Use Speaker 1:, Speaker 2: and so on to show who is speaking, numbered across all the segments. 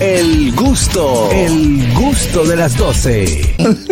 Speaker 1: El gusto, el gusto de las 12.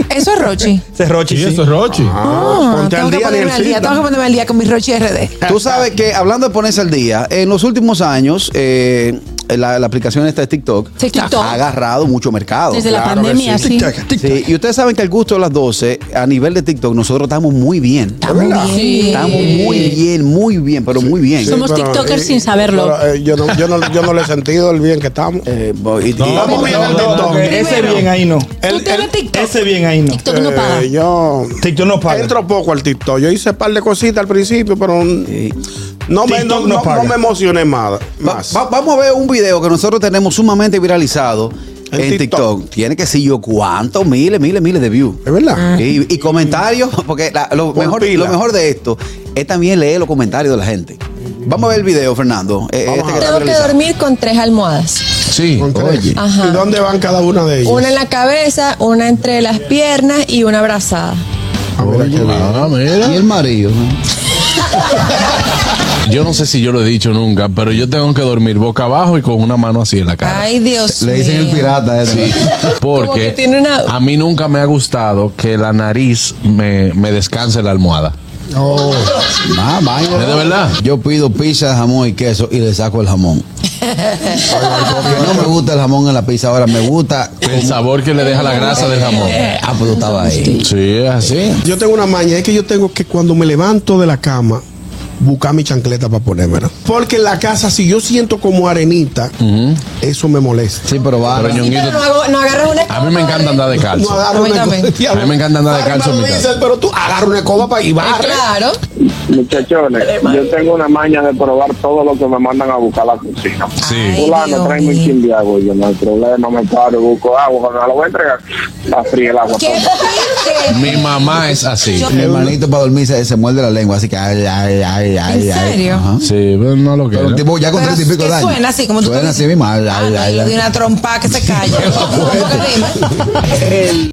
Speaker 2: Eso es Rochi.
Speaker 3: Ese es Rochi,
Speaker 4: Y
Speaker 3: sí.
Speaker 4: eso es Rochi.
Speaker 2: Ah,
Speaker 5: ponte
Speaker 2: tengo
Speaker 5: al
Speaker 2: que
Speaker 5: día,
Speaker 2: ponerme al día.
Speaker 5: Dielcita.
Speaker 2: Tengo que ponerme al día con mi Rochi RD.
Speaker 5: Tú sabes que, hablando de ponerse al día, en los últimos años, eh, la, la aplicación esta de TikTok,
Speaker 6: TikTok.
Speaker 5: ha agarrado mucho mercado.
Speaker 6: Desde la
Speaker 5: Claro.
Speaker 6: pandemia, sí.
Speaker 5: Sí, y ustedes saben que al gusto de las 12, a nivel de TikTok, nosotros estamos muy bien.
Speaker 4: ¿Verdad?
Speaker 6: Sí.
Speaker 5: Estamos muy bien, muy bien, pero muy bien.
Speaker 6: Somos tiktokers sin saberlo.
Speaker 7: pero, eh, yo, no, yo, no, yo no le he sentido el bien que estamos.
Speaker 5: Eh, voy- y- y-
Speaker 3: Vamos
Speaker 7: bien,
Speaker 3: no, no,
Speaker 7: TikTok.
Speaker 3: no, que Ese
Speaker 2: Primero.
Speaker 3: bien ahí no.
Speaker 6: ¿Tú
Speaker 7: El-
Speaker 6: tienes
Speaker 7: el-
Speaker 6: TikTok?
Speaker 3: Ese bien ahí no.
Speaker 6: TikTok no
Speaker 7: Eh,
Speaker 6: paga.
Speaker 7: yo
Speaker 3: TikTok no paga.
Speaker 7: entro poco al TikTok. Yo hice un par de cositas al principio, pero mm, no me,
Speaker 3: TikTok
Speaker 7: no,
Speaker 3: no
Speaker 7: no- no
Speaker 3: paga.
Speaker 7: me emocioné más.
Speaker 5: Va-
Speaker 7: más.
Speaker 5: va- vamos a ver un video que nosotros tenemos sumamente viralizado en, TikTok.
Speaker 7: En TikTok.
Speaker 5: Tiene que ser yo cuántos miles, miles, miles de views.
Speaker 7: ¿Es verdad?
Speaker 5: Y, y comentarios, porque la- lo,
Speaker 7: Por
Speaker 5: mejor,
Speaker 7: pila.
Speaker 5: lo mejor de esto es también leer los comentarios de la gente. Vamos a ver el video, Fernando. eh, este que
Speaker 7: Vamos a ver.
Speaker 5: está
Speaker 8: Tengo que
Speaker 5: viralizado.
Speaker 8: dormir con tres almohadas.
Speaker 4: Sí,
Speaker 7: Con tres.
Speaker 4: oye.
Speaker 8: Ajá.
Speaker 7: ¿Y dónde van cada una de ellas?
Speaker 8: Una en la cabeza, una entre las piernas y una abrazada.
Speaker 7: Ah, mira qué bien.
Speaker 4: Ah, mira.
Speaker 5: Y el marido.
Speaker 4: Yo no sé si yo lo he dicho nunca, pero yo tengo que dormir boca abajo y con una mano así en la cara.
Speaker 8: Ay, Dios mío.
Speaker 5: pirata eso.
Speaker 8: Como que
Speaker 4: Porque
Speaker 8: tiene una-
Speaker 4: a mí nunca me ha gustado que la nariz me, me descanse la almohada.
Speaker 5: Ah,
Speaker 4: ¿Es de verdad?
Speaker 5: Yo pido pizza, jamón y queso y le saco el jamón. Porque no me gusta el jamón en la pizza ahora, me gusta.
Speaker 4: El sabor que le deja la grasa del jamón.
Speaker 8: Eh.
Speaker 5: Ah, pero tú estabas ahí.
Speaker 4: Sí, es así.
Speaker 7: Yo tengo una maña, es que yo tengo que cuando me levanto de la cama, buscar mi chancleta para ponérmela. Porque en la casa, si yo siento como arenita, eso me molesta.
Speaker 5: Sí, pero va.
Speaker 4: Pero
Speaker 8: Sí,
Speaker 4: Ñonguito,
Speaker 8: pero no, hago- no agarras una
Speaker 4: a mí me encanta andar de
Speaker 7: No
Speaker 4: calzo.
Speaker 7: agarro
Speaker 8: A mí
Speaker 7: una
Speaker 8: también.
Speaker 7: escoba.
Speaker 4: A mí me encanta andar de
Speaker 7: Bárbaro
Speaker 4: calzo en mi
Speaker 7: dice,
Speaker 4: casa.
Speaker 7: Pero tú agarra una escoba pa- y barre.
Speaker 8: Claro.
Speaker 9: Muchachones, yo tengo una maña de probar todo lo que me mandan a buscar a la cocina.
Speaker 4: Sí.
Speaker 9: Fulano,
Speaker 8: Dios
Speaker 9: tráeme un
Speaker 8: mío.
Speaker 9: chin de agua. Y yo no hay problema, me paro, busco agua. Cuando lo voy a entregar, la fría el agua.
Speaker 8: ¿Qué fuiste?
Speaker 4: Mi mamá es así.
Speaker 5: Mi hermanito para dormir se, se muerde la lengua, así que ay, ay, ay, ay.
Speaker 8: ¿En
Speaker 5: ay.
Speaker 8: serio?
Speaker 5: Ajá.
Speaker 4: Sí, pero no lo
Speaker 5: Pero el
Speaker 4: quiero.
Speaker 5: tipo ya con
Speaker 2: Pero,
Speaker 5: 30 y pico
Speaker 2: ¿qué
Speaker 5: de años.
Speaker 2: suena así? Como tú
Speaker 5: Suena
Speaker 2: estás
Speaker 5: así mismo. Ay,
Speaker 2: Ah,
Speaker 5: ay,
Speaker 2: no,
Speaker 5: ay,
Speaker 2: yo le
Speaker 5: ay.
Speaker 2: di una trompa que se calla.
Speaker 1: El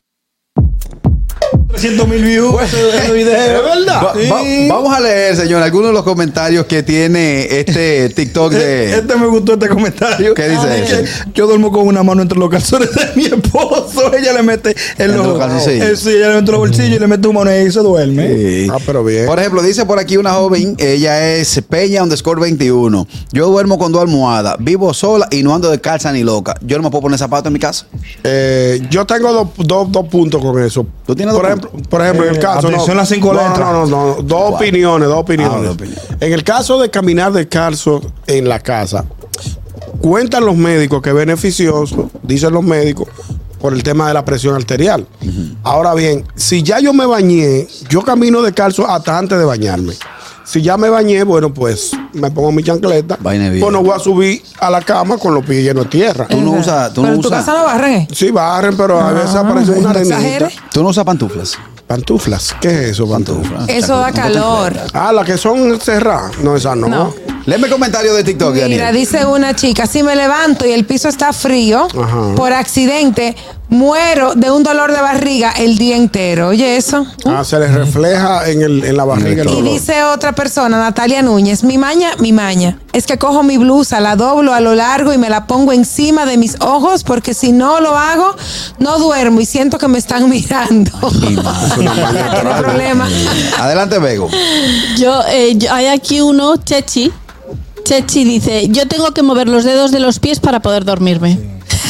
Speaker 3: 300 mil views. ese video. Pues, Es
Speaker 5: Va-
Speaker 3: verdad. Eh,
Speaker 5: va- vamos a leer, señor, algunos de los comentarios que tiene este TikTok de.
Speaker 3: Este me gustó este comentario.
Speaker 5: ¿Qué dice
Speaker 3: A ver.
Speaker 7: Ah,
Speaker 5: ese?
Speaker 3: Yo duermo con una mano entre los calzones de mi esposo. Ella le mete en los,
Speaker 5: los calzoncillos.
Speaker 3: Eh, sí, ella le mete los bolsillos y le mete un mano y se duerme.
Speaker 5: Sí.
Speaker 7: Ah, pero bien.
Speaker 5: Por ejemplo, dice por aquí una joven, ella es Peña underscore 21. Yo duermo con dos almohadas, vivo sola y no ando de calza ni loca. Yo no me puedo poner zapatos en mi casa.
Speaker 7: Eh, yo tengo dos dos- dos puntos con eso.
Speaker 5: ¿Tú tienes
Speaker 7: por
Speaker 5: dos
Speaker 7: ejemplo, por ejemplo, en el
Speaker 3: Eh,
Speaker 7: caso.
Speaker 3: atención las cinco
Speaker 7: no,
Speaker 3: letras.
Speaker 7: no, no, no, no, Dos opiniones, dos opiniones.
Speaker 5: Ah, dos opiniones.
Speaker 7: En el caso de caminar descalzo en la casa, cuentan los médicos que es beneficioso, dicen los médicos, por el tema de la presión arterial. Ahora bien, si ya yo me bañé, yo camino descalzo hasta antes de bañarme. Si ya me bañé, bueno, pues me pongo mi chancleta.
Speaker 5: Vaina de vida.
Speaker 7: Pues no voy a subir a la cama con los pies llenos de tierra.
Speaker 5: Tú no usas, tú
Speaker 2: Pero
Speaker 5: no
Speaker 2: en tu
Speaker 5: usas,
Speaker 2: casa no barren.
Speaker 7: Sí, barren, pero a
Speaker 5: Ah,
Speaker 7: veces aparece una
Speaker 2: no
Speaker 7: arenita.
Speaker 2: exageres.
Speaker 5: tú no usas pantuflas.
Speaker 7: Pantuflas. ¿Qué es eso,
Speaker 5: Ah,
Speaker 7: pantuflas?
Speaker 2: Eso da calor.
Speaker 7: Ah, las que son cerradas. No, esas no.
Speaker 2: No.
Speaker 5: Léeme comentario de TikTok,
Speaker 2: Mira,
Speaker 5: Daniel.
Speaker 2: dice una chica, si me levanto y el piso está frío,
Speaker 7: Ajá.
Speaker 2: por accidente, muero de un dolor de barriga el día entero. Oye, eso.
Speaker 7: Ah, se les refleja en, el, en la barriga el
Speaker 2: Y
Speaker 7: dolor.
Speaker 2: dice otra persona, Natalia Núñez, mi maña, mi maña. Es que cojo mi blusa, la doblo a lo largo y me la pongo encima de mis ojos porque si no lo hago, no duermo y siento que me están mirando. Tiene problema.
Speaker 5: Adelante, Bego.
Speaker 6: Yo, eh, yo- hay aquí uno, Chechi. Chechi dice, yo tengo que mover los dedos de los pies para poder dormirme.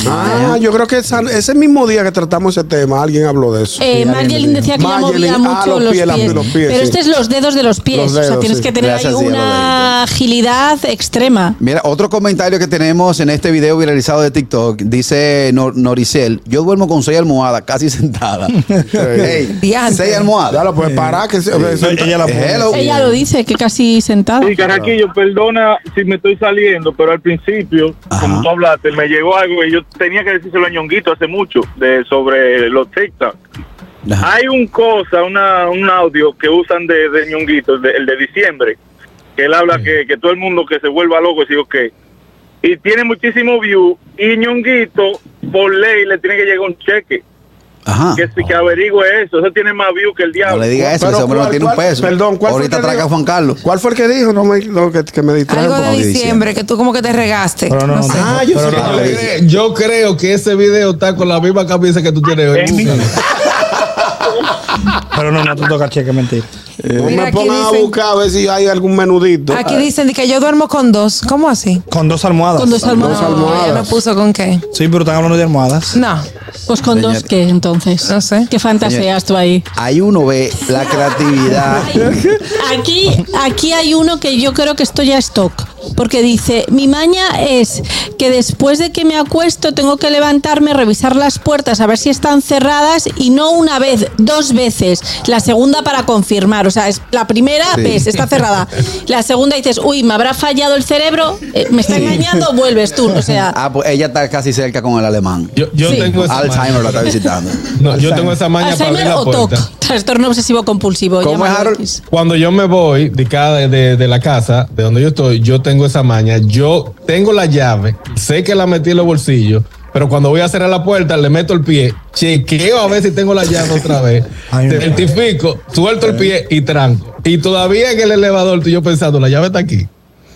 Speaker 6: Eh,
Speaker 7: Ah, yo creo que esa- ese mismo día que tratamos ese tema, alguien habló de eso.
Speaker 6: Eh, Margelin decía que ya
Speaker 7: Margelin,
Speaker 6: movía
Speaker 7: ah,
Speaker 6: mucho
Speaker 7: los
Speaker 6: los,
Speaker 7: pies,
Speaker 6: pies,
Speaker 7: la- los pies,
Speaker 6: Pero
Speaker 7: sí.
Speaker 6: este es los dedos de los pies.
Speaker 7: Los
Speaker 6: o sea,
Speaker 7: dedos,
Speaker 6: tienes
Speaker 7: sí.
Speaker 6: que tener
Speaker 5: Le
Speaker 6: ahí
Speaker 5: hace así a los
Speaker 6: una agilidad extrema.
Speaker 5: Mira, otro comentario que tenemos en este video viralizado de TikTok dice Nor- Noricel, yo duermo con seis almohadas casi sentada. Ey,
Speaker 2: Diante.
Speaker 5: seis
Speaker 7: Ah, Ya
Speaker 5: almohadas.
Speaker 7: lo puedes parar. Que se- se-
Speaker 3: Ella la pone.
Speaker 5: Hello.
Speaker 6: Ella lo dice, que casi sentada.
Speaker 9: Sí, Carraquillo, perdona si me estoy saliendo, pero al principio, como tú hablaste, me llegó algo y yo tenía que decírselo a Ñonguito hace mucho de, sobre los TikTok.
Speaker 5: Ajá.
Speaker 9: Hay un cosa, una, un audio que usan de, de Ñonguito, el de, el de diciembre, que él habla que, que todo el mundo que se vuelva loco, sí o qué. Y tiene muchísimo view y Ñonguito, por ley, le tiene que llegar un cheque.
Speaker 5: Ajá.
Speaker 9: que, se- que averigüe eso. Eso tiene más view que el
Speaker 5: No
Speaker 9: diablo.
Speaker 5: le diga eso,
Speaker 7: Pero
Speaker 5: ese hombre no
Speaker 7: ¿cuál-
Speaker 5: tiene un
Speaker 7: cuál-
Speaker 5: peso.
Speaker 7: Perdón, ¿cuál fue
Speaker 5: Ahorita
Speaker 7: el que
Speaker 5: atraca a
Speaker 7: dijo?
Speaker 5: Juan Carlos.
Speaker 7: ¿Cuál fue el que dijo? No me, no, que, que me distrajo.
Speaker 2: Algo de
Speaker 5: de
Speaker 2: diciembre,
Speaker 5: diciembre.
Speaker 2: que tú como que te regaste.
Speaker 3: Pero
Speaker 2: no
Speaker 3: no, no,
Speaker 2: sé.
Speaker 3: no.
Speaker 7: Ah, yo
Speaker 3: Pero no,
Speaker 7: sé que
Speaker 3: no
Speaker 7: yo
Speaker 3: le
Speaker 7: le
Speaker 3: dije.
Speaker 7: dije.
Speaker 4: Yo creo que ese video está con la misma camisa que tú tienes hoy.
Speaker 3: Pero no, no te toca cheque, mentira.
Speaker 7: No
Speaker 2: Mira,
Speaker 7: me
Speaker 2: aquí
Speaker 7: pongan a
Speaker 2: dicen-
Speaker 7: buscar a ver si hay algún menudito.
Speaker 2: Aquí dicen de que yo duermo con dos. ¿Cómo así?
Speaker 3: Con dos almohadas.
Speaker 6: Con dos almohadas.
Speaker 2: No, ella no puso con qué.
Speaker 3: Sí, pero están hablando de almohadas.
Speaker 2: No.
Speaker 6: Pues con
Speaker 5: Señor.
Speaker 6: dos, ¿qué entonces?
Speaker 2: No sé.
Speaker 6: ¿Qué fantaseas tú ahí?
Speaker 5: Ahí uno ve la creatividad.
Speaker 6: Aquí, aquí hay uno que yo creo que esto ya es stock. Porque dice, mi maña es que después de que me acuesto tengo que levantarme, revisar las puertas, a ver si están cerradas y no una vez, dos veces. La segunda para confirmar. O sea, es la primera
Speaker 5: Sí.
Speaker 6: ves, está cerrada. La segunda dices, uy, me habrá fallado el cerebro, eh, me está engañando, vuelves tú. O sea,
Speaker 5: Ah, pues ella está casi cerca con el alemán.
Speaker 4: Yo, yo
Speaker 6: Sí.
Speaker 4: tengo esa
Speaker 5: Alzheimer la
Speaker 4: maña.
Speaker 5: está visitando.
Speaker 4: No, yo tengo esa maña para abrir
Speaker 6: Alzheimer
Speaker 4: la
Speaker 6: o TOC,
Speaker 4: puerta.
Speaker 6: trastorno obsesivo compulsivo.
Speaker 5: ¿Cómo es,
Speaker 6: llámalo
Speaker 5: Harold?
Speaker 6: X.
Speaker 4: Cuando yo me voy de, cada, de, de la casa, de donde yo estoy, yo tengo esa maña. Yo tengo la llave, sé que la metí en los bolsillos, pero cuando voy a cerrar la puerta, le meto el pie, chequeo a ver si tengo la llave otra vez,
Speaker 3: Ay, mi
Speaker 4: certifico, suelto el pie y tranco. Y todavía en el elevador estoy yo pensando, la llave está aquí.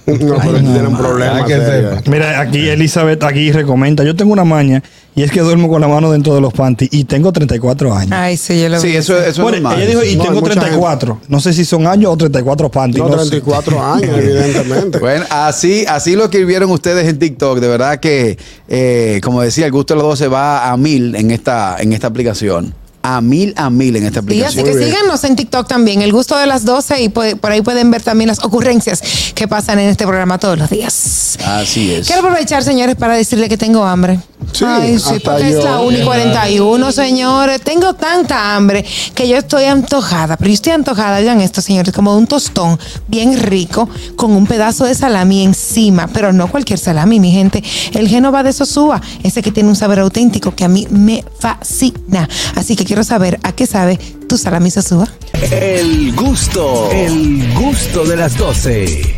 Speaker 7: No, pero
Speaker 3: no,
Speaker 7: tienen
Speaker 3: ma,
Speaker 7: problemas.
Speaker 4: ya que
Speaker 7: serio.
Speaker 4: sepa.
Speaker 3: Mira, aquí Elizabeth aquí recomienda. Yo tengo una maña y es que duermo con la mano dentro de los panties y tengo 34 años.
Speaker 2: Ay, sí, yo lo
Speaker 5: Sí,
Speaker 2: vi.
Speaker 5: eso, eso
Speaker 3: Bueno,
Speaker 5: es normal.
Speaker 3: ella dijo, y
Speaker 7: No, hay
Speaker 3: tengo
Speaker 7: mucha
Speaker 3: 34. No sé si son años o 34 panties.
Speaker 7: No,
Speaker 3: no sé.
Speaker 7: 34 años, evidentemente.
Speaker 5: Bueno, así, así lo escribieron ustedes en TikTok. De verdad que, eh, como decía, el gusto de los dos se va a mil en esta, en esta aplicación. A mil, a mil en esta
Speaker 2: Sí, así
Speaker 5: aplicación.
Speaker 2: que
Speaker 7: Muy bien.
Speaker 2: síganos en TikTok también, El Gusto de las 12 y pu- por ahí pueden ver también las ocurrencias que pasan en este programa todos los días.
Speaker 5: Así es.
Speaker 2: Quiero aprovechar, señores, para decirle que tengo hambre.
Speaker 7: Sí,
Speaker 2: Ay, sí,
Speaker 7: hasta
Speaker 2: porque es
Speaker 7: yo.
Speaker 2: la 1 y 41, señores. Tengo tanta hambre que yo estoy antojada. Pero yo estoy antojada, oigan esto, señores, como de un tostón bien rico con un pedazo de salami encima. Pero no cualquier salami, mi gente. El Génova de Sosúa, ese que tiene un sabor auténtico que a mí me fascina. Así que quiero saber a qué sabe tu salami Sosúa.
Speaker 1: El gusto, el gusto de las doce.